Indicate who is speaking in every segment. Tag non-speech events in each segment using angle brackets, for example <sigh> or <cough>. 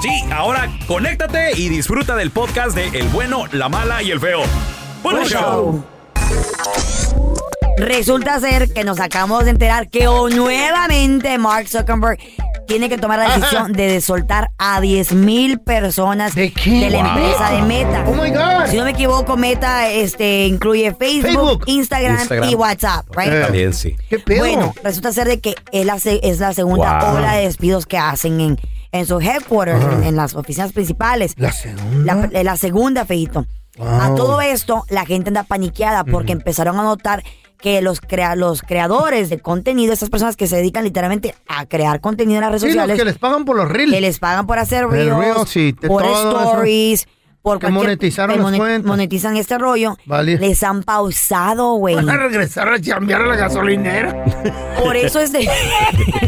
Speaker 1: Sí, ahora conéctate y disfruta del podcast de El bueno, la mala y el feo. Buen
Speaker 2: Buen
Speaker 1: show.
Speaker 2: show. Resulta ser que nos acabamos de enterar que oh, nuevamente Mark Zuckerberg tiene que tomar la decisión de soltar a 10 mil personas ¿De, la
Speaker 3: Wow.
Speaker 2: empresa de Meta.
Speaker 3: Oh, my God.
Speaker 2: Si no me equivoco, Meta este, incluye Facebook,
Speaker 3: Facebook.
Speaker 2: Instagram,
Speaker 1: Instagram.
Speaker 2: y WhatsApp, right?
Speaker 3: Eh.
Speaker 1: También sí.
Speaker 3: ¿Qué pedo?
Speaker 2: Bueno, resulta ser de que es la, se- es la segunda
Speaker 1: Wow.
Speaker 2: ola de despidos que hacen en, en sus headquarters, en, en las oficinas principales.
Speaker 3: la segunda.
Speaker 2: La, eh, la segunda, Feito. A todo esto, la gente anda paniqueada porque empezaron a notar que los, crea- los creadores de contenido, esas personas que se dedican literalmente a crear contenido en las redes
Speaker 3: Sí, los
Speaker 2: sociales,
Speaker 3: que les pagan por los reels.
Speaker 2: que les pagan por hacer reels,
Speaker 3: reels y de
Speaker 2: por
Speaker 3: todo eso.
Speaker 2: stories, por
Speaker 3: Que
Speaker 2: cualquier-
Speaker 3: monetizaron
Speaker 2: que
Speaker 3: las cuentas.
Speaker 2: monetizan este rollo,
Speaker 3: Vale.
Speaker 2: les han pausado, güey.
Speaker 3: Van a regresar a chambear a la gasolinera.
Speaker 2: Por eso es
Speaker 3: <laughs>
Speaker 2: de...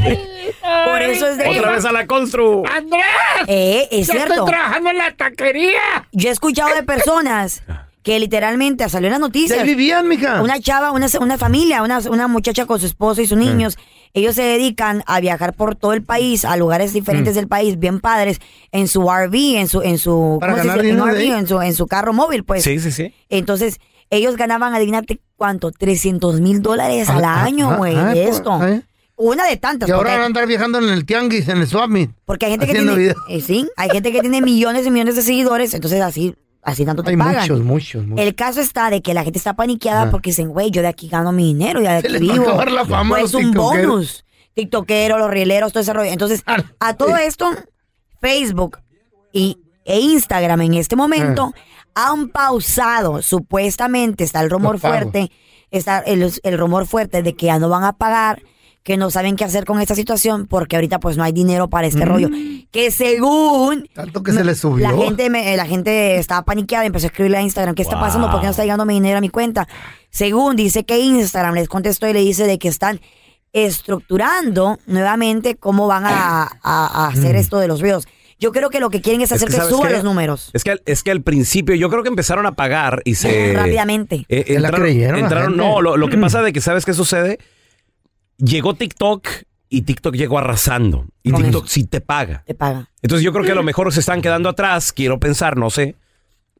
Speaker 2: por eso es de...
Speaker 1: Otra vez a la constru.
Speaker 2: Ah, Eh, es cierto.
Speaker 3: trabajando en la taquería!
Speaker 2: Yo he escuchado de personas que literalmente salió en las
Speaker 3: ¿Ya
Speaker 2: noticias.
Speaker 3: vivían, mija?
Speaker 2: Una chava, una, una familia, una, una muchacha con su esposo
Speaker 3: Mm.
Speaker 2: y sus niños. Ellos se dedican a viajar por todo el país, a lugares diferentes
Speaker 3: Mm.
Speaker 2: del país, bien padres, en su RV, en su, en su,
Speaker 3: Para
Speaker 2: ¿cómo se
Speaker 3: ganar
Speaker 2: dice? En un
Speaker 3: dinero de
Speaker 2: RV,
Speaker 3: ahí.
Speaker 2: en su, en su carro móvil, pues.
Speaker 1: Sí, sí, sí.
Speaker 2: Entonces, ellos ganaban, adivínate cuánto, 300 mil dólares al
Speaker 3: Ah, ah,
Speaker 2: año,
Speaker 3: ah,
Speaker 2: güey,
Speaker 3: ah,
Speaker 2: de
Speaker 3: pues,
Speaker 2: esto.
Speaker 3: ah, eh.
Speaker 2: Una de tantas.
Speaker 3: Y
Speaker 2: porque
Speaker 3: ahora
Speaker 2: hay-
Speaker 3: van a andar viajando en el tianguis, en el swap meet.
Speaker 2: porque hay gente que
Speaker 3: Haciendo
Speaker 2: tiene,
Speaker 3: video.
Speaker 2: eh, sí, hay gente que tiene millones y millones de seguidores, entonces así, así tanto te
Speaker 3: Hay
Speaker 2: pagan.
Speaker 3: muchos, muchos, muchos.
Speaker 2: El caso está de que la gente está paniqueada porque dicen, güey, yo de aquí gano mi dinero, ya de
Speaker 3: Se
Speaker 2: aquí
Speaker 3: les va a
Speaker 2: vivo.
Speaker 3: acabar la fama a
Speaker 2: Pues
Speaker 3: los
Speaker 2: un
Speaker 3: tiktokeros.
Speaker 2: bonus. Tiktokero, los rieleros, todo ese rollo. Entonces,
Speaker 3: Ah,
Speaker 2: a todo
Speaker 3: sí.
Speaker 2: esto, Facebook y, e Instagram en este momento
Speaker 3: Mm.
Speaker 2: han pausado, supuestamente, está el rumor
Speaker 3: Los pagos.
Speaker 2: fuerte, está el, el rumor fuerte de que ya no van a pagar, que no saben qué hacer con esta situación porque ahorita pues no hay dinero para
Speaker 3: Mm.
Speaker 2: este rollo. Que según
Speaker 3: Tanto que se les subió.
Speaker 2: la gente, me- eh, la gente estaba paniqueada y empezó a escribirle a Instagram, ¿qué está
Speaker 1: Wow.
Speaker 2: pasando? ¿Por qué no está llegando mi dinero a mi cuenta? Según dice que Instagram les contestó y le dice de que están estructurando nuevamente cómo van a, a- a hacer esto de los videos. Yo creo que lo que quieren es hacer que,
Speaker 1: Mm. ¿sabes
Speaker 2: suba
Speaker 1: qué?
Speaker 2: los números.
Speaker 1: Es que, al- es que al principio yo creo que empezaron a pagar y se...
Speaker 2: Rápidamente.
Speaker 1: Eh,
Speaker 3: Se la creyeron la
Speaker 1: entraron-
Speaker 3: gente.
Speaker 1: no, lo,
Speaker 3: <clears throat>
Speaker 1: lo que pasa de que, ¿sabes qué sucede? Llegó TikTok y TikTok llegó arrasando. Y
Speaker 2: Con
Speaker 1: TikTok sí te paga.
Speaker 2: Te paga.
Speaker 1: Entonces yo creo que a lo mejor se están quedando atrás, quiero pensar, no sé.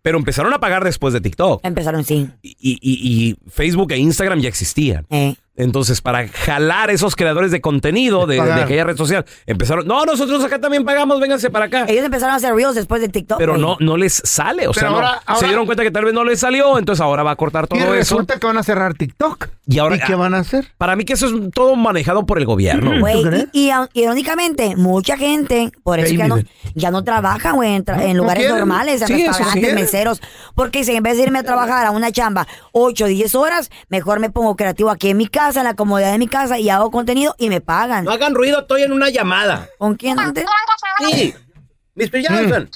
Speaker 1: Pero empezaron a pagar después de TikTok.
Speaker 2: Empezaron sí.
Speaker 1: Y, y- y Facebook e Instagram ya existían.
Speaker 2: Eh.
Speaker 1: Entonces, para jalar esos creadores de contenido de, de
Speaker 3: Pagar.
Speaker 1: aquella red social, empezaron, no, nosotros acá también pagamos, vénganse para acá.
Speaker 2: Ellos empezaron a hacer reels después de TikTok.
Speaker 1: Pero
Speaker 2: güey.
Speaker 1: no, no les sale, o sea,
Speaker 3: Pero
Speaker 1: no-
Speaker 3: ahora- ahora-
Speaker 1: se dieron cuenta que tal vez no les salió, entonces ahora va a cortar
Speaker 3: Y
Speaker 1: todo eso.
Speaker 3: resulta que van a cerrar TikTok.
Speaker 1: Y ahora- ah,
Speaker 3: qué van a
Speaker 1: <laughs>
Speaker 3: hacer?
Speaker 1: Para mí que eso es todo manejado por el gobierno.
Speaker 2: Güey,
Speaker 3: ¿Tú crees?
Speaker 2: y, y a- irónicamente, mucha gente, por eso
Speaker 3: Baby
Speaker 2: ya no,
Speaker 3: Bell.
Speaker 2: ya no trabaja, güey, en, tra- en
Speaker 3: no
Speaker 2: lugares
Speaker 3: quieren.
Speaker 2: normales, en
Speaker 3: Sí, eso sí
Speaker 2: restaurantes,
Speaker 3: quieren.
Speaker 2: meseros, porque dicen, en vez de irme a trabajar a una chamba 8 o 10 horas, mejor me pongo creativo aquí en mi casa, en la comodidad de mi casa, y hago contenido y me pagan.
Speaker 1: hagan ruido, estoy en una llamada.
Speaker 2: ¿Con quién antes?
Speaker 1: Sí. Mr.
Speaker 3: Mm. <clears throat>
Speaker 1: Johnson.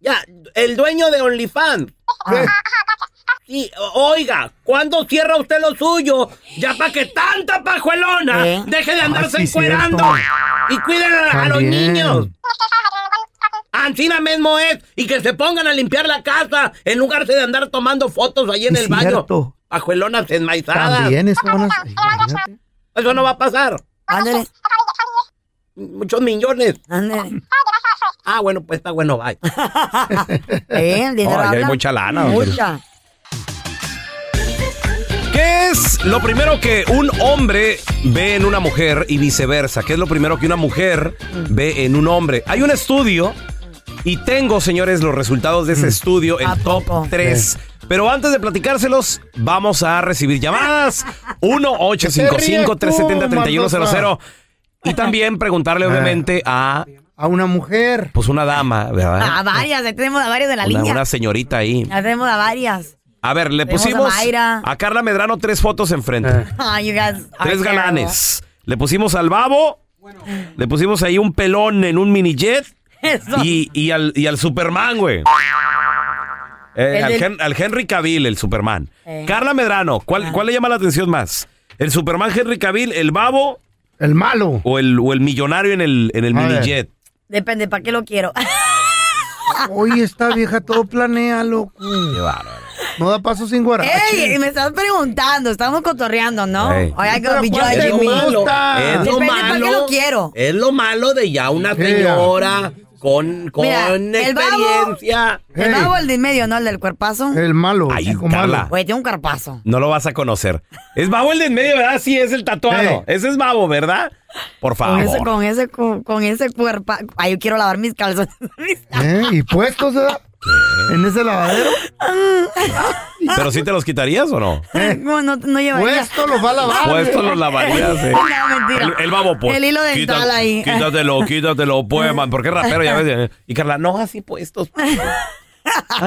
Speaker 1: ya, el dueño de OnlyFans. Sí, oiga, ¿cuándo cierra usted lo suyo? Ya para que tanta pajuelona
Speaker 2: ¿Eh?
Speaker 1: deje de andarse
Speaker 3: Ah, sí,
Speaker 1: encuerando
Speaker 3: cierto.
Speaker 1: y cuiden a, a los
Speaker 3: También.
Speaker 1: niños. Ancina mismo es, y que se pongan a limpiar la casa en lugar de andar tomando fotos ahí en
Speaker 3: Sí,
Speaker 1: el baño.
Speaker 3: cierto.
Speaker 1: Pajuelonas enmaizadas.
Speaker 3: También eso van a hacer. Imagínate.
Speaker 1: Eso no va a pasar.
Speaker 2: Ándale,
Speaker 1: Muchos millones.
Speaker 2: ándale.
Speaker 1: Ah, bueno, pues está bueno, bye.
Speaker 2: Eh, el dinero
Speaker 1: Ay, hay
Speaker 2: habla.
Speaker 1: mucha lana, hombre.
Speaker 2: Mucha.
Speaker 1: ¿Qué es lo primero que un hombre ve en una mujer y viceversa? ¿Qué es lo primero que una mujer ve en un hombre? Hay un estudio y tengo, señores, los resultados de ese estudio en
Speaker 2: ¿A poco?
Speaker 1: top 3. Pero antes de platicárselos, vamos a recibir llamadas. 1-855-370-3100. Y también preguntarle, obviamente, a
Speaker 3: A una mujer.
Speaker 1: pues una dama,
Speaker 2: A
Speaker 1: ¿verdad?
Speaker 2: varias, ya tenemos a varias en Ah, la
Speaker 1: Una,
Speaker 2: línea.
Speaker 1: una señorita ahí.
Speaker 2: Ya tenemos a varias.
Speaker 1: A ver, le
Speaker 2: Tenemos a
Speaker 1: pusimos
Speaker 2: Mayra.
Speaker 1: a Carla Medrano tres fotos enfrente.
Speaker 3: Ah.
Speaker 2: Ay, you guys are
Speaker 1: Tres
Speaker 2: terrible. <laughs>
Speaker 1: galanes. Le pusimos al babo. Le pusimos ahí un pelón en un mini jet. Y, y al, y al Superman, güey. Eh,
Speaker 2: El
Speaker 1: al,
Speaker 2: del-
Speaker 1: Hen- al Henry Cavill, el Superman.
Speaker 2: Eh.
Speaker 1: Carla Medrano, ¿cuál, ¿cuál le llama la atención más? ¿El Superman Henry Cavill, el babo
Speaker 3: El malo.
Speaker 1: o el, o el millonario en el, en el
Speaker 3: A ver.
Speaker 1: minijet?
Speaker 2: Depende, ¿para qué lo quiero? <laughs>
Speaker 3: Hoy esta vieja todo planea, loco.
Speaker 1: Qué bárbaro.
Speaker 3: No da paso sin guarache.
Speaker 2: ¡Ey! Me estás preguntando, estamos cotorreando, ¿no?
Speaker 1: Ey.
Speaker 2: Oiga, que lo
Speaker 3: Pero ¿cuál te
Speaker 4: Es lo
Speaker 2: Jimmy.
Speaker 4: malo.
Speaker 3: gusta?
Speaker 4: Es lo
Speaker 2: Depende para
Speaker 4: malo.
Speaker 2: qué lo quiero.
Speaker 4: Es lo malo de ya una
Speaker 3: Mira.
Speaker 4: señora con, con
Speaker 2: Mira, el
Speaker 4: experiencia.
Speaker 2: ¿El
Speaker 3: Ey.
Speaker 2: babo el de en medio, no? El del cuerpazo.
Speaker 3: El malo,
Speaker 1: Ay,
Speaker 3: chico
Speaker 1: Carla.
Speaker 3: malo.
Speaker 2: Güey, tiene un carpazo.
Speaker 1: No lo vas a conocer. Es babo el de en medio, ¿verdad? Sí, es el tatuado.
Speaker 3: Sí.
Speaker 1: Ese es babo, ¿verdad? Por
Speaker 2: Con ese,
Speaker 1: favor.
Speaker 2: con ese, con, con ese cuerpo. Ay, yo quiero lavar mis calzones.
Speaker 3: ¿Eh? ¿Y puestos eh? en ese lavadero?
Speaker 1: ¿Pero sí te los quitarías o no?
Speaker 2: <laughs> no, no, no llevaría.
Speaker 3: Puesto los va a lavar.
Speaker 1: Puesto los lavarías, eh.
Speaker 2: <laughs> No, mentira.
Speaker 1: El, el babo, pues.
Speaker 2: El hilo dental
Speaker 1: Quítate-
Speaker 2: ahí.
Speaker 1: Quítatelo, quítatelo, pues, man. Porque es rapero, ya ves. eh. Y Carla, no así puestos. Ay,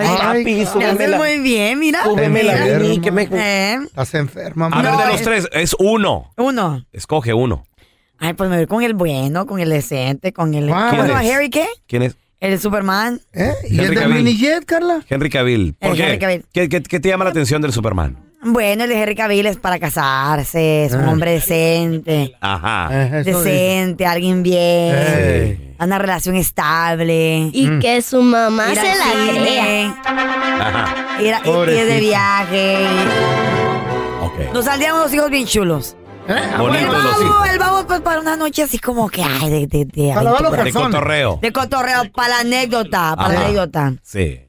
Speaker 1: papi,
Speaker 2: <laughs> Me
Speaker 1: súbeme
Speaker 2: haces
Speaker 1: la-
Speaker 2: muy bien, mira.
Speaker 1: súbeme la
Speaker 3: Enferma.
Speaker 1: mini, que me-
Speaker 2: Eh,
Speaker 3: Estás enferma,
Speaker 1: A ver,
Speaker 3: mamá.
Speaker 1: de los tres, es uno.
Speaker 2: uno.
Speaker 1: Escoge uno.
Speaker 2: Ay, pues me voy con el bueno, con el decente, con el.
Speaker 3: ¿Cuál
Speaker 2: ¿Cómo se llama
Speaker 1: es?
Speaker 2: Harry qué?
Speaker 1: ¿Quién es?
Speaker 2: El Superman.
Speaker 3: ¿Eh? ¿Y
Speaker 1: Henry
Speaker 3: el del
Speaker 1: Cavill.
Speaker 3: minijet, Carla?
Speaker 1: Henry Cavill. ¿Por
Speaker 2: El
Speaker 1: qué?
Speaker 2: Henry Cavill.
Speaker 1: ¿Qué, qué- qué te llama la atención del Superman?
Speaker 2: Bueno, el de Henry Cavill es para casarse, es un hombre decente.
Speaker 1: Ajá.
Speaker 3: Eh, Ah. eso dice. Eh.
Speaker 2: Decente, alguien bien.
Speaker 3: Ey.
Speaker 2: Una relación estable.
Speaker 5: Y que su mamá
Speaker 2: ir al
Speaker 5: se la
Speaker 2: cine,
Speaker 5: crea.
Speaker 1: Ajá.
Speaker 2: ir a- ir de
Speaker 3: Pobrecito.
Speaker 2: viaje.
Speaker 1: Ok.
Speaker 2: Nos saldrían unos hijos bien chulos.
Speaker 3: Eh,
Speaker 2: El
Speaker 1: Bonitos los
Speaker 2: babo,
Speaker 1: hijos.
Speaker 2: el babo pues, para una noche así como que, ay, de, de, de,
Speaker 3: Para lavar los
Speaker 2: aventura.
Speaker 1: De
Speaker 3: calzones.
Speaker 1: cotorreo.
Speaker 2: De cotorreo, para la anécdota, para la
Speaker 1: Ajá.
Speaker 2: anécdota.
Speaker 1: Sí.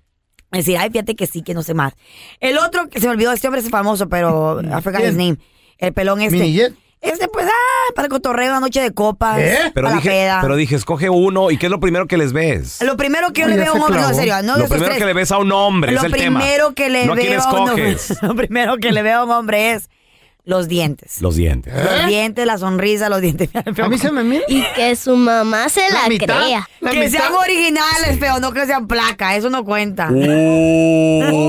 Speaker 2: Es decir, ay, fíjate que sí, que no sé más. El otro, que se me olvidó, este hombre es famoso,
Speaker 3: <laughs>
Speaker 2: pero I forgot his
Speaker 3: ¿Quién?
Speaker 2: name. El pelón este.
Speaker 3: ¿Minijet?
Speaker 2: Este, pues, ah, para el cotorreo, una noche de copas.
Speaker 3: ¿Eh?
Speaker 1: Pero
Speaker 2: para la
Speaker 1: dije,
Speaker 2: peda.
Speaker 1: pero dije, escoge uno y qué es lo primero que les ves.
Speaker 2: Lo primero que yo
Speaker 3: Ay,
Speaker 2: le
Speaker 3: ya
Speaker 2: veo a un
Speaker 3: se
Speaker 2: hombre, no, en
Speaker 3: clavó.
Speaker 2: serio, ah, no de
Speaker 1: lo
Speaker 2: esos
Speaker 1: primero
Speaker 2: tres.
Speaker 1: que le ves a un hombre,
Speaker 2: lo
Speaker 1: es el tema.
Speaker 2: primero que le
Speaker 1: no a quién
Speaker 2: veo a un hombre,
Speaker 1: escoges.
Speaker 2: <laughs> lo primero que le veo a un hombre es los dientes.
Speaker 4: <laughs>
Speaker 1: Los dientes.
Speaker 2: Los dientes, la sonrisa, los dientes. <laughs>
Speaker 3: A mí se me mira.
Speaker 5: Y que su mamá se la,
Speaker 3: mitad,
Speaker 5: crea.
Speaker 3: la
Speaker 2: que
Speaker 3: mitad.
Speaker 2: sean originales, feo, no que sean placa, eso no cuenta.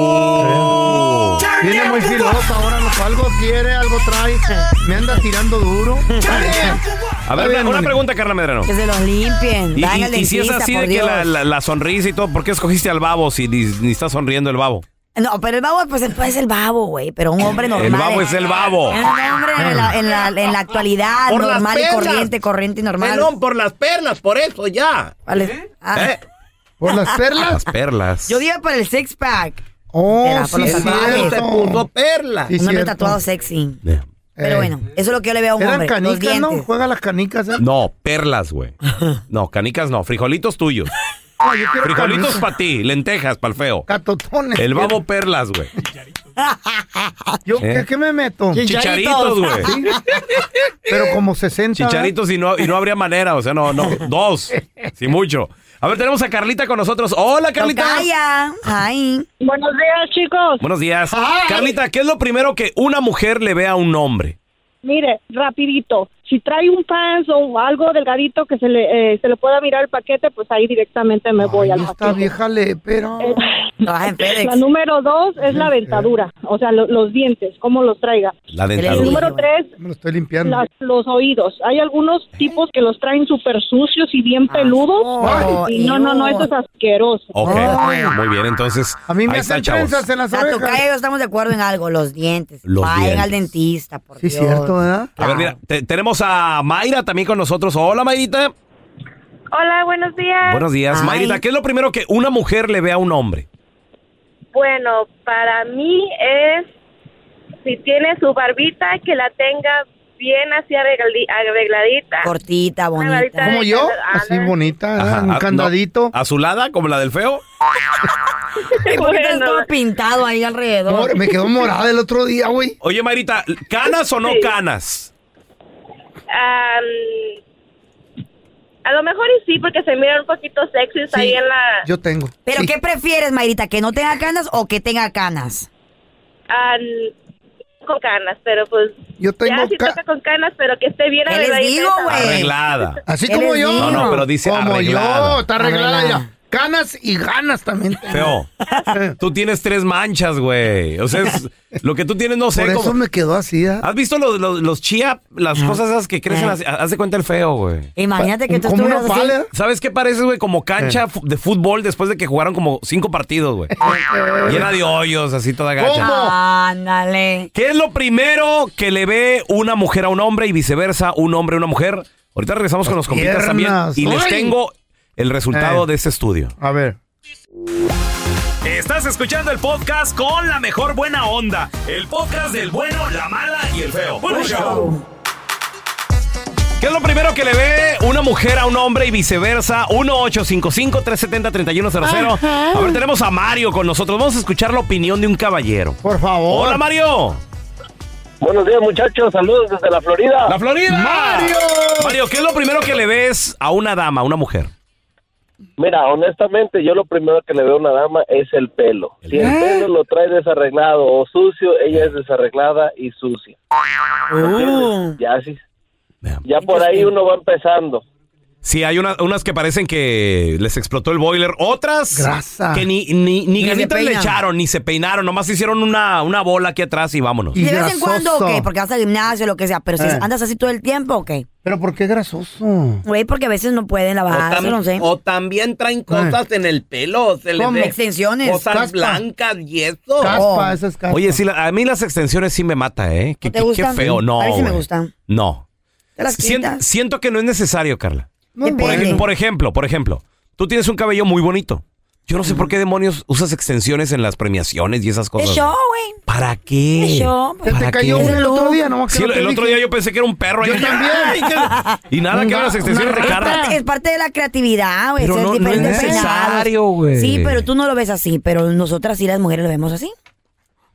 Speaker 1: Oh.
Speaker 3: Viene muy filosa ahora, loco. Algo quiere, algo trae. Me anda
Speaker 1: <laughs>
Speaker 3: tirando duro.
Speaker 1: A ver, una, una pregunta, Carla Medrano.
Speaker 2: Que se los limpien.
Speaker 1: Y,
Speaker 2: vayan al
Speaker 1: y- y si es
Speaker 2: dentista,
Speaker 1: así
Speaker 2: por
Speaker 1: de que
Speaker 2: Dios.
Speaker 1: la, la- la sonrisa y todo, ¿por qué escogiste al babo si ni, ni está sonriendo el babo?
Speaker 2: No, pero el babo pues, pues, es el babo, güey. Pero un hombre normal.
Speaker 1: El babo es el babo.
Speaker 2: Es un hombre en la, en la- en la actualidad,
Speaker 4: Por las
Speaker 2: normal y
Speaker 4: perlas.
Speaker 2: corriente, corriente y normal.
Speaker 4: Pelón por las perlas, por eso ya.
Speaker 2: ¿Cuál es? Ah,
Speaker 1: ¿Eh?
Speaker 3: ¿Por las perlas?
Speaker 1: Las perlas.
Speaker 2: Yo digo por el six pack.
Speaker 3: Oh,
Speaker 2: Era por
Speaker 3: sí,
Speaker 2: los
Speaker 3: es
Speaker 2: tatuajes.
Speaker 4: Se puso
Speaker 3: cierto.
Speaker 4: perlas.
Speaker 3: Sí,
Speaker 2: un hombre
Speaker 3: cierto.
Speaker 2: tatuado sexy.
Speaker 1: Eh.
Speaker 2: Pero
Speaker 3: Eh.
Speaker 2: bueno, eso es lo que yo le veo a un
Speaker 3: Eran
Speaker 2: hombre. los
Speaker 3: canicas, ¿no?
Speaker 2: dientes.
Speaker 3: Juega las canicas. ¿eh?
Speaker 1: No, perlas, güey. No, canicas no, frijolitos tuyos.
Speaker 3: No, yo quiero
Speaker 1: Frijolitos
Speaker 3: canicas.
Speaker 1: para ti, lentejas para el feo.
Speaker 3: Catotones.
Speaker 1: El babo perlas,
Speaker 3: <laughs>
Speaker 1: güey.
Speaker 3: ¿Yo
Speaker 1: Eh.
Speaker 3: qué, qué me meto?
Speaker 1: Chicharitos, güey.
Speaker 3: <laughs> Pero como 60. ¿verdad?
Speaker 1: Chicharitos y no, y no habría manera, o sea, no, no, dos, si mucho. A ver, tenemos a Carlita con nosotros. Hola, Carlita.
Speaker 2: Tocaya. Ay.
Speaker 6: Buenos días, chicos.
Speaker 1: Buenos días. Carlita, ¿qué es lo primero que una mujer le ve a un hombre?
Speaker 6: Mire, rapidito. Si trae un pants o algo delgadito que se le, eh, se le pueda mirar el paquete, pues ahí directamente me voy
Speaker 3: Ay,
Speaker 6: al
Speaker 3: esta
Speaker 6: paquete.
Speaker 3: vieja le, pero...
Speaker 2: Trabaja en
Speaker 6: La
Speaker 2: FedEx.
Speaker 6: número dos es la dentadura, o sea, lo- los dientes, cómo los traiga.
Speaker 1: La
Speaker 6: El
Speaker 2: Salud.
Speaker 1: dentadura.
Speaker 6: número tres,
Speaker 3: Me lo estoy limpiando.
Speaker 6: las- los oídos. Hay algunos tipos que los traen súper sucios y bien peludos.
Speaker 2: Ah. Oh,
Speaker 6: Y no, no, no, eso es asqueroso.
Speaker 1: Ok,
Speaker 2: Ay.
Speaker 1: muy bien, entonces.
Speaker 3: A mí me
Speaker 1: ahí está,
Speaker 3: hacen
Speaker 1: chavos.
Speaker 3: trenzas en las
Speaker 2: La tocaya y
Speaker 3: orejas.
Speaker 2: yo estamos de acuerdo en algo, los dientes.
Speaker 1: Los
Speaker 2: Vayan
Speaker 1: dientes.
Speaker 2: al dentista, por
Speaker 3: Sí,
Speaker 2: Dios.
Speaker 3: cierto, ¿verdad?
Speaker 1: A ver, mira, te- tenemos a Mayra también con nosotros. Hola, Mayrita.
Speaker 7: Hola, buenos días.
Speaker 1: Buenos días.
Speaker 2: Ay.
Speaker 1: Mayrita, ¿qué es lo primero que una mujer le ve a un hombre?
Speaker 7: Bueno, para mí es si tiene su barbita que la tenga bien así arregli- arregladita. <laughs>
Speaker 2: Cortita, bonita.
Speaker 7: Margarita.
Speaker 3: Como yo,
Speaker 7: Ah,
Speaker 3: así
Speaker 7: no.
Speaker 3: bonita, ¿verdad?
Speaker 1: Ajá,
Speaker 3: un
Speaker 1: ah, no,
Speaker 3: candadito.
Speaker 1: ¿Azulada, como la del feo?
Speaker 2: Ay, ¿Por qué estás
Speaker 7: Bueno.
Speaker 2: todo pintado ahí alrededor?
Speaker 3: Mor- Me quedó morada el otro día, güey.
Speaker 1: Oye, Mayrita, ¿canas o no
Speaker 7: Sí.
Speaker 1: canas?
Speaker 7: Am, a lo mejor y sí, porque se miran un poquito sexys
Speaker 3: Sí,
Speaker 7: ahí en la...
Speaker 3: Yo tengo.
Speaker 2: ¿Pero
Speaker 3: Sí.
Speaker 2: qué prefieres, Mayrita? ¿Que no tenga canas o que tenga canas?
Speaker 7: am, con canas, pero pues...
Speaker 3: Yo tengo
Speaker 7: ya sí
Speaker 3: ca-
Speaker 7: toca con canas, pero que esté bien
Speaker 2: ¿Qué les
Speaker 7: arregladita
Speaker 2: digo,
Speaker 7: esa
Speaker 2: güey?
Speaker 1: Arreglada.
Speaker 3: Así
Speaker 2: ¿Qué
Speaker 3: como
Speaker 2: les
Speaker 3: yo.
Speaker 1: No,
Speaker 2: digo?
Speaker 1: no, pero dice
Speaker 3: como
Speaker 1: arreglada.
Speaker 3: yo, está arreglada
Speaker 2: Arreglada.
Speaker 3: ya. canas y ganas también.
Speaker 1: Feo. Tú tienes tres manchas, güey. O sea,
Speaker 3: <laughs>
Speaker 1: es- lo que tú tienes no sé
Speaker 3: Por eso
Speaker 1: cómo-
Speaker 3: me quedó así. ¿ah?
Speaker 1: ¿Has visto los, los, los chía, las cosas esas que crecen así? Haz de cuenta el feo, güey.
Speaker 2: Imagínate que tú
Speaker 3: Como una
Speaker 2: estuvieras así.
Speaker 3: pala.
Speaker 1: ¿Sabes qué pareces, güey? Como cancha fu- de fútbol después de que jugaron como cinco partidos,
Speaker 3: <laughs>
Speaker 1: güey. Llena de hoyos, así toda gacha.
Speaker 3: ¿Cómo?
Speaker 2: Ándale.
Speaker 1: ¿Qué es lo primero que le ve una mujer a un hombre y viceversa, un hombre a una mujer? Ahorita regresamos con los compitas también
Speaker 3: piernas.
Speaker 1: y les
Speaker 3: ¡Ay!
Speaker 1: tengo el resultado
Speaker 3: Eh.
Speaker 1: de este estudio.
Speaker 3: A ver.
Speaker 1: Estás escuchando el podcast con la mejor buena onda. El podcast del bueno, la mala y el feo. ¿Qué es lo primero que le ve una mujer a un hombre y viceversa? 1-855-370-3100. A ver, tenemos a Mario con nosotros. Vamos a escuchar la opinión de un caballero.
Speaker 3: Por favor.
Speaker 1: Hola, Mario.
Speaker 8: Buenos días, muchachos. Saludos desde la Florida.
Speaker 1: La Florida. Mario. Mario, ¿qué es lo primero que le ves a una dama, a una mujer?
Speaker 8: Mira, honestamente, yo lo primero que le veo a una dama es el pelo. Si el pelo lo trae desarreglado o sucio, ella es desarreglada y sucia.
Speaker 2: Uh,
Speaker 8: Ya así.
Speaker 1: Vean.
Speaker 8: Ya por ahí uno va empezando.
Speaker 1: Sí, hay una- unas que parecen que les explotó el boiler. Otras
Speaker 3: Grasa.
Speaker 1: que ni, ni, ni
Speaker 2: se
Speaker 1: ganitas le
Speaker 2: peinan.
Speaker 1: echaron, ni se peinaron. Nomás hicieron una, una bola aquí atrás y vámonos.
Speaker 3: Y
Speaker 2: de vez en cuando,
Speaker 3: grasoso.
Speaker 2: ok, porque vas al gimnasio, lo que sea, pero si
Speaker 3: Eh.
Speaker 2: andas así todo el tiempo, ok.
Speaker 3: Pero ¿por qué grasoso?
Speaker 2: Güey, porque a veces no pueden
Speaker 4: O,
Speaker 2: lavarse,
Speaker 4: tam-
Speaker 2: Ah, no sé.
Speaker 4: o también traen
Speaker 1: Ah.
Speaker 4: cosas en el pelo, se les
Speaker 3: ¿Cómo?
Speaker 4: ve
Speaker 2: Extensiones. Oh.
Speaker 4: cosas
Speaker 3: Caspa.
Speaker 4: blancas y eso.
Speaker 3: Caspa, esa es caspa.
Speaker 1: Oye, sí, la- a mí las extensiones sí me mata, ¿eh? Qué,
Speaker 2: ¿No
Speaker 1: qué-
Speaker 2: te
Speaker 1: qué
Speaker 2: gustan?
Speaker 1: feo, no.
Speaker 2: A mí sí me
Speaker 1: güey.
Speaker 2: gustan.
Speaker 1: No.
Speaker 2: Te las
Speaker 1: Sien-
Speaker 2: quitas.
Speaker 1: siento que no es necesario, Carla.
Speaker 3: No,
Speaker 2: Depende.
Speaker 1: Por, ej-
Speaker 2: Bueno.
Speaker 1: por ejemplo, por ejemplo, tú tienes un cabello muy bonito. Yo no sé por qué demonios usas extensiones en las premiaciones y esas
Speaker 2: Es
Speaker 1: cosas.
Speaker 2: show, güey.
Speaker 1: ¿Para qué?
Speaker 2: Es show,
Speaker 3: Se
Speaker 2: pues.
Speaker 1: ¿Para
Speaker 3: te cayó
Speaker 1: qué?
Speaker 3: una el otro día, nomás que
Speaker 1: Sí,
Speaker 3: no
Speaker 1: el,
Speaker 3: te
Speaker 1: el otro
Speaker 3: dije.
Speaker 1: día yo pensé que era un perro.
Speaker 3: Yo
Speaker 1: <laughs> Ay,
Speaker 3: también.
Speaker 1: Y nada,
Speaker 3: Un
Speaker 1: que
Speaker 3: ga-
Speaker 1: ahora las
Speaker 3: una
Speaker 1: extensiones de
Speaker 3: rata.
Speaker 1: Carla.
Speaker 2: Es parte de la creatividad, güey.
Speaker 1: Pero
Speaker 2: ser
Speaker 1: no- no es
Speaker 2: diferentes peinados.
Speaker 1: necesario, güey.
Speaker 2: Sí, pero tú no lo ves así, pero nosotras sí las mujeres lo vemos así.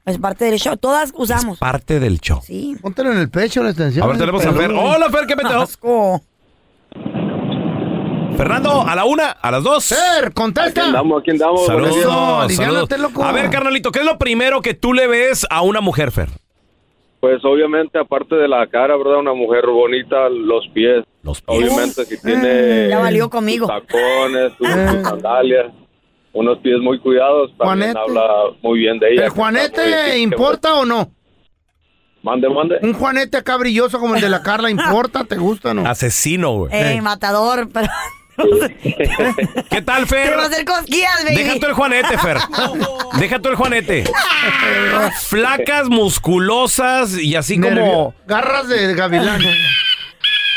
Speaker 2: Es parte del show. Todas usamos.
Speaker 1: Parte del show.
Speaker 2: Sí.
Speaker 3: Póntelo en el pecho la extensión.
Speaker 1: A ver, tenemos a Fer. Hola, Fer, ¿qué peteo?
Speaker 2: Asco.
Speaker 1: Fernando, a la una, a las dos.
Speaker 3: Fer, contesta.
Speaker 8: Andamos, aquí andamos. Buenos días.
Speaker 1: Saludos,
Speaker 3: Dios,
Speaker 1: saludos.
Speaker 3: aliviánate, loco.
Speaker 1: A ver, carnalito, ¿qué es lo primero que tú le ves a una mujer, Fer?
Speaker 8: Pues obviamente, aparte de la cara, ¿verdad? Una mujer bonita, los pies.
Speaker 1: Los pies.
Speaker 8: Obviamente, si tiene.
Speaker 2: Ya valió conmigo.
Speaker 8: sus tacones, sus,
Speaker 3: Eh.
Speaker 8: sus sandalias. Unos pies muy cuidados. También
Speaker 3: Juanete.
Speaker 8: habla muy bien de ella.
Speaker 3: ¿El
Speaker 8: Está
Speaker 3: Juanete
Speaker 8: muy-
Speaker 3: importa o no?
Speaker 8: Mande, mande.
Speaker 3: Un Juanete acá brilloso como el de la Carla, ¿importa? ¿Te gusta o no?
Speaker 1: Asesino, güey.
Speaker 2: Eh, matador, <laughs> pero
Speaker 1: ¿Qué tal,
Speaker 2: te
Speaker 1: Fer?
Speaker 2: va a hacer cosquillas, baby.
Speaker 1: Deja tú el Juanete, Fer. Deja tú el
Speaker 2: <laughs>
Speaker 1: Juanete. Flacas, musculosas y así
Speaker 3: Nervio-
Speaker 1: como.
Speaker 3: Garras de gavilán.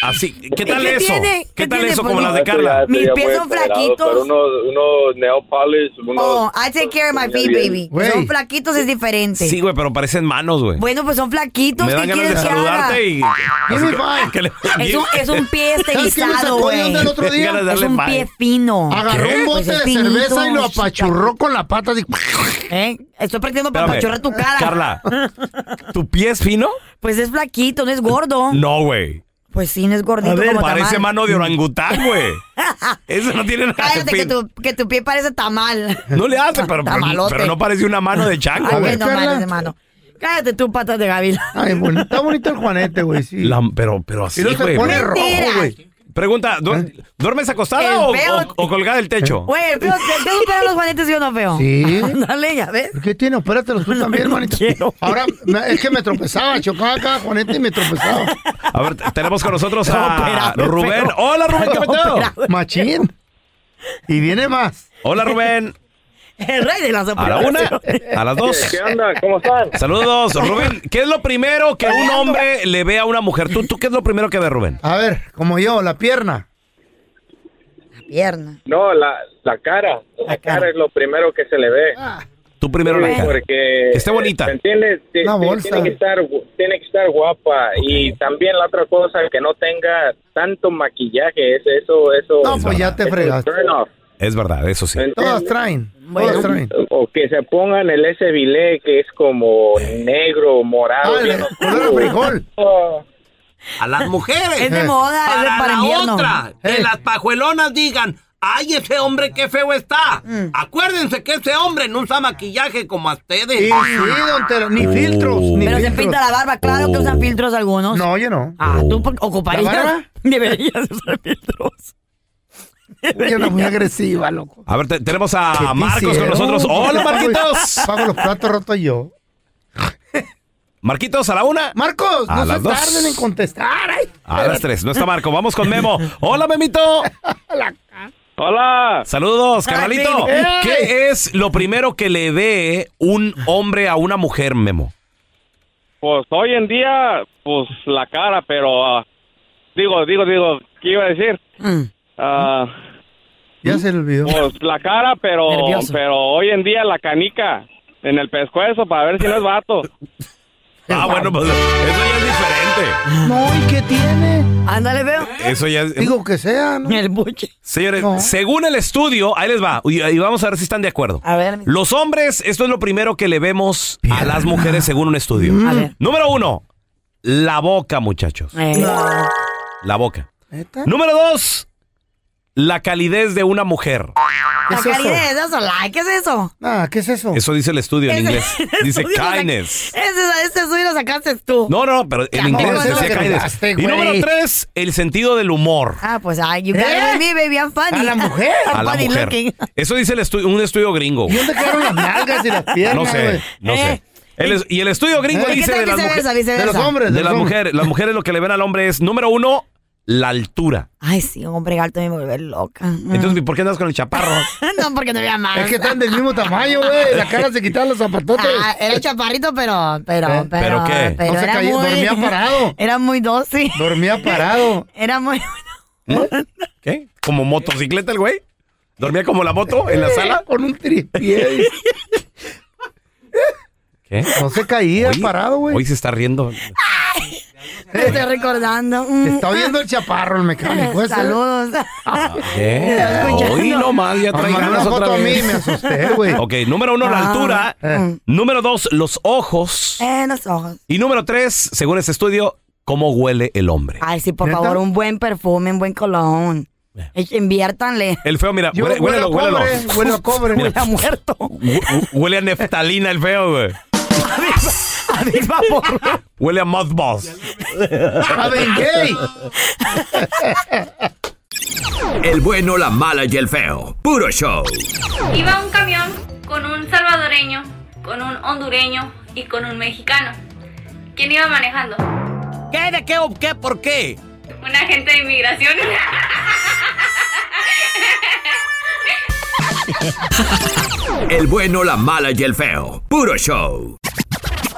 Speaker 1: Así. Ah, ¿Qué tal
Speaker 2: qué
Speaker 1: eso?
Speaker 2: tiene?
Speaker 1: ¿Qué
Speaker 2: ¿Qué
Speaker 1: tal
Speaker 2: tiene,
Speaker 1: eso?
Speaker 2: pues?
Speaker 1: Como las
Speaker 3: Ah,
Speaker 1: de
Speaker 8: Eso ya
Speaker 1: Carla.
Speaker 2: Mis
Speaker 8: sería
Speaker 2: pies
Speaker 8: muy
Speaker 2: son
Speaker 8: exagerado,
Speaker 2: flaquitos.
Speaker 8: Pero unos, unos nail polish, unos...
Speaker 2: Oh, I take care of my feet,
Speaker 8: bien.
Speaker 2: baby.
Speaker 3: Güey.
Speaker 2: Son flaquitos, es diferente.
Speaker 1: Sí, güey, pero parecen manos, güey.
Speaker 2: Bueno, pues son flaquitos.
Speaker 1: Me
Speaker 2: ¿Qué
Speaker 1: dan ganas de
Speaker 2: quieres que haga?
Speaker 1: saludarte y.
Speaker 3: Give me five.
Speaker 1: que le-
Speaker 2: <laughs> Es
Speaker 1: <laughs>
Speaker 2: un, es un
Speaker 3: <laughs>
Speaker 2: pie este
Speaker 3: ¿Sabes qué me
Speaker 2: guisado,
Speaker 3: sacó de
Speaker 2: güey.
Speaker 3: onda el otro
Speaker 1: Ganas de
Speaker 3: día?
Speaker 2: Es
Speaker 1: darle
Speaker 2: un
Speaker 1: mal.
Speaker 2: pie fino.
Speaker 3: Agarró un bote
Speaker 2: Pues es
Speaker 3: de
Speaker 2: finito,
Speaker 3: cerveza y lo
Speaker 2: es
Speaker 3: apachurró con la pata. así.
Speaker 2: ¿Eh? Estoy practicando para
Speaker 1: Espérame.
Speaker 2: apachurrar tu cara.
Speaker 1: Carla, ¿tu pie es fino?
Speaker 2: Pues es flaquito, no es gordo.
Speaker 1: No, güey.
Speaker 2: Pues sí, no es gordito como
Speaker 1: Parece
Speaker 2: tamal.
Speaker 1: mano de orangután, güey. Eso no tiene nada
Speaker 2: <laughs> Cállate
Speaker 1: de
Speaker 2: que
Speaker 1: fin.
Speaker 2: tu, que tu pie parece tamal.
Speaker 1: No le hace, pero, pero-
Speaker 2: Tamalote.
Speaker 1: pero no parece una mano de chango,
Speaker 2: <laughs> Ay,
Speaker 3: A
Speaker 2: güey,
Speaker 1: güey.
Speaker 3: ver,
Speaker 2: no
Speaker 3: Carla.
Speaker 2: mames, hermano. Cállate tú, patas de gavila.
Speaker 3: Ay, bueno, está bonito el Juanete, güey, sí.
Speaker 1: La- pero, pero
Speaker 3: Y
Speaker 1: así,
Speaker 3: no se
Speaker 1: güey.
Speaker 3: pone ¿Eh? rojo,
Speaker 2: Mentira.
Speaker 3: güey.
Speaker 1: Pregunta, ¿du- ¿duermes acostada
Speaker 2: El ¿Eh?
Speaker 1: o,
Speaker 2: feo-
Speaker 1: o- o colgada del techo?
Speaker 2: Güey, el feo, ¿te te gustan los juanetes yo no veo? <laughs>
Speaker 3: Sí.
Speaker 2: Dale, ya ves.
Speaker 3: ¿Por ¿Qué tiene? Opératelos tú
Speaker 1: <laughs>
Speaker 3: también, manito.
Speaker 1: quiero.
Speaker 3: Ahora, me- es que me tropezaba, chocaba acá, Juanete, y
Speaker 2: <laughs>
Speaker 3: me tropezaba.
Speaker 1: A ver, t- tenemos con nosotros a
Speaker 2: Operado,
Speaker 1: Rubén.
Speaker 2: feo.
Speaker 1: Hola, Rubén,
Speaker 2: <laughs>
Speaker 1: ¿qué peteo?
Speaker 2: Operado.
Speaker 3: Machín. Y viene más.
Speaker 1: Hola, Rubén.
Speaker 2: El rey de las
Speaker 1: A la una,
Speaker 2: operaciones.
Speaker 1: a las dos.
Speaker 8: Eh, ¿Qué onda?
Speaker 3: <laughs>
Speaker 8: ¿Cómo están?
Speaker 1: Saludos, Rubén. ¿Qué es lo primero que un hombre le ve a una mujer? ¿Tú, tú qué es lo primero que ves, Rubén?
Speaker 3: A ver, como yo, la pierna.
Speaker 2: Pierna.
Speaker 8: No, la, la cara. La, cara. es lo primero que se le ve.
Speaker 2: Ah,
Speaker 1: Tú primero la cara.
Speaker 8: Porque...
Speaker 1: Que esté bonita.
Speaker 8: ¿Me entiendes? Sí,
Speaker 3: Una
Speaker 8: sí,
Speaker 3: bolsa.
Speaker 8: Tiene que estar, gu- tiene que estar guapa. Y también la otra cosa, que no tenga tanto maquillaje. es- Eso, eso...
Speaker 3: No, pues ya te
Speaker 8: eso es
Speaker 3: fregaste.
Speaker 8: turn off,
Speaker 1: Es verdad, eso sí.
Speaker 8: ¿me entiendes?
Speaker 3: Todas traen.
Speaker 2: Bueno.
Speaker 3: Todas traen.
Speaker 8: O que se pongan el ese bilé E, que es como negro, morado.
Speaker 3: Ah, Eh.
Speaker 8: bien
Speaker 3: el
Speaker 8: oscuro.
Speaker 3: color de frijol.
Speaker 8: Oh,
Speaker 4: A las mujeres.
Speaker 2: Es de
Speaker 3: Eh.
Speaker 2: moda, es de
Speaker 4: para,
Speaker 2: para
Speaker 4: la
Speaker 2: invierno.
Speaker 4: otra, que
Speaker 3: Hey.
Speaker 4: las pajuelonas digan, ay, ese hombre qué feo está. Acuérdense que ese hombre no usa maquillaje como a ustedes.
Speaker 3: Y <laughs> sí, don Tela, ni
Speaker 1: Oh.
Speaker 3: filtros, ni
Speaker 2: Pero se
Speaker 3: filtros.
Speaker 2: pinta la barba, claro que usan
Speaker 1: Oh.
Speaker 2: filtros algunos.
Speaker 3: No, yo no.
Speaker 2: Ah, tú
Speaker 1: Oh.
Speaker 2: <laughs> por- ocuparías.
Speaker 3: ¿La barba?
Speaker 2: Deberías usar filtros.
Speaker 3: Ella anda muy agresiva, loco.
Speaker 1: A ver, te- tenemos a
Speaker 3: ¿Qué
Speaker 1: Marcos con
Speaker 3: hicieron?
Speaker 1: nosotros.
Speaker 3: <laughs>
Speaker 1: Hola,
Speaker 3: Pago-
Speaker 1: Marquitos.
Speaker 3: Pago los platos rotos yo.
Speaker 1: Marquitos, a la una.
Speaker 3: Marcos,
Speaker 1: A
Speaker 3: no se
Speaker 1: las dos.
Speaker 3: tarden en contestar. Ay,
Speaker 1: A las tres. No está Marco. Vamos con Memo. Hola, Memito.
Speaker 8: Hola.
Speaker 1: Saludos, carnalito.
Speaker 3: Ay, ey.
Speaker 1: ¿Qué es lo primero que le dé un hombre a una mujer, Memo?
Speaker 8: Pues hoy en día, pues la cara, pero ah, digo, digo, digo, ¿qué iba a decir?
Speaker 2: Mm.
Speaker 8: Ah,
Speaker 1: ¿Mm?
Speaker 3: ya se le olvidó.
Speaker 8: pues la cara, pero,
Speaker 2: Nervioso.
Speaker 8: pero hoy en día la canica en el pescuezo para ver si no es vato.
Speaker 1: Ah, bueno, pues eso ya es diferente.
Speaker 3: No, ¿y qué tiene?
Speaker 2: Ándale, veo.
Speaker 1: Eso ya es.
Speaker 3: Digo que sea, ¿no?
Speaker 2: El buche.
Speaker 1: Señores,
Speaker 3: No.
Speaker 1: según el estudio, ahí les va, y, y vamos a ver si están de acuerdo.
Speaker 2: A ver. mi-
Speaker 1: Los hombres, esto es lo primero que le vemos a las mujeres según un estudio.
Speaker 2: A ver.
Speaker 1: Número uno, la boca, muchachos.
Speaker 2: Eh,
Speaker 1: La boca.
Speaker 3: ¿Neta?
Speaker 1: Número dos, la calidez de una mujer.
Speaker 2: La
Speaker 3: es eso?
Speaker 2: calidez, eso, la- ¿qué es eso?
Speaker 3: Ah, ¿qué es eso?
Speaker 1: Eso dice el estudio en
Speaker 2: Ese-
Speaker 1: inglés. Dice
Speaker 2: <laughs> Eso sí lo sac-
Speaker 1: kindness.
Speaker 2: Ese, ese suyo lo sacaste tú.
Speaker 1: No, no, no, pero en
Speaker 2: no,
Speaker 1: inglés
Speaker 2: no,
Speaker 1: decía kindness.
Speaker 3: no. Te
Speaker 1: Y
Speaker 3: cagaste,
Speaker 1: número
Speaker 3: güey.
Speaker 1: tres, el sentido del humor.
Speaker 2: Ah, pues, ay, you got it
Speaker 3: ¿Eh?
Speaker 2: with me, baby, I'm funny.
Speaker 3: A la mujer.
Speaker 2: I'm
Speaker 1: A la
Speaker 2: funny
Speaker 1: mujer.
Speaker 2: looking.
Speaker 1: Eso dice el estu- un estudio gringo.
Speaker 3: ¿Y dónde quedaron las nalgas y las piernas?
Speaker 1: No sé,
Speaker 3: güey?
Speaker 1: no
Speaker 2: Eh.
Speaker 1: sé. El es- y el estudio gringo
Speaker 2: ¿Y <laughs> ¿Qué
Speaker 1: dice
Speaker 2: tal
Speaker 1: de las mujeres.
Speaker 2: viceversa,
Speaker 3: De
Speaker 2: viceversa?
Speaker 3: los hombres, de,
Speaker 1: De las
Speaker 3: los hombres.
Speaker 1: mujeres. Las mujeres lo que le ven al hombre es, número uno, la altura.
Speaker 2: Ay, sí, un hombre alto me vuelve loca.
Speaker 1: Entonces, ¿por qué andas con el chaparro?
Speaker 2: <laughs> no, porque no había más.
Speaker 3: Es que están del mismo tamaño, güey. La cara se quitaron los zapatotes.
Speaker 2: Ah, era chaparrito, pero, pero,
Speaker 3: ¿Eh?
Speaker 2: pero,
Speaker 1: ¿Pero qué?
Speaker 2: pero
Speaker 3: No se
Speaker 2: era
Speaker 3: cayó,
Speaker 2: muy,
Speaker 3: dormía parado.
Speaker 2: <laughs> Era muy dócil.
Speaker 3: Dormía parado.
Speaker 2: Era muy.
Speaker 1: ¿Qué? ¿Como motocicleta el güey? ¿Dormía como la moto en la sala?
Speaker 3: Con un tripié.
Speaker 1: ¿Qué?
Speaker 3: No se caía
Speaker 1: Hoy-
Speaker 3: parado,
Speaker 1: Hoy
Speaker 3: güey.
Speaker 1: se está riendo.
Speaker 2: Me estoy recordando. Mm.
Speaker 3: Está oyendo el chaparro, el mecánico. ese.
Speaker 2: Saludos. <laughs>
Speaker 1: ¿Qué? Hoy nomás ya
Speaker 3: Para
Speaker 1: trae
Speaker 3: mandar Ah, una
Speaker 1: ganas
Speaker 3: foto
Speaker 1: otra
Speaker 3: a mí,
Speaker 1: vez.
Speaker 3: me asusté, güey.
Speaker 1: Ok, número uno, la altura.
Speaker 3: Eh.
Speaker 1: Número dos, los ojos.
Speaker 2: Eh, los ojos.
Speaker 1: Y número tres, según este estudio, cómo huele el hombre.
Speaker 2: Ay, sí, por
Speaker 3: ¿Neta?
Speaker 2: favor, un buen perfume, un buen colón. Eh, Inviértanle.
Speaker 1: El feo, mira,
Speaker 3: Yo
Speaker 1: huele,
Speaker 3: huelo
Speaker 1: huélelo,
Speaker 3: a cobre,
Speaker 1: huélelo.
Speaker 3: huelo a cobre.
Speaker 1: Mira.
Speaker 2: Huele a muerto.
Speaker 1: Hu- Huele a neftalina el feo,
Speaker 3: <laughs>
Speaker 1: güey.
Speaker 2: A mi favor.
Speaker 1: Huele a mothballs.
Speaker 3: A Ben Gay.
Speaker 9: El bueno, la mala y el feo. Puro show.
Speaker 10: Iba un camión con un salvadoreño, con un hondureño y con un mexicano. ¿Quién iba manejando?
Speaker 1: ¿Qué? ¿De qué? ¿Qué? ¿Por qué?
Speaker 10: Un agente de inmigración. <laughs>
Speaker 9: El bueno, la mala y el feo. Puro show.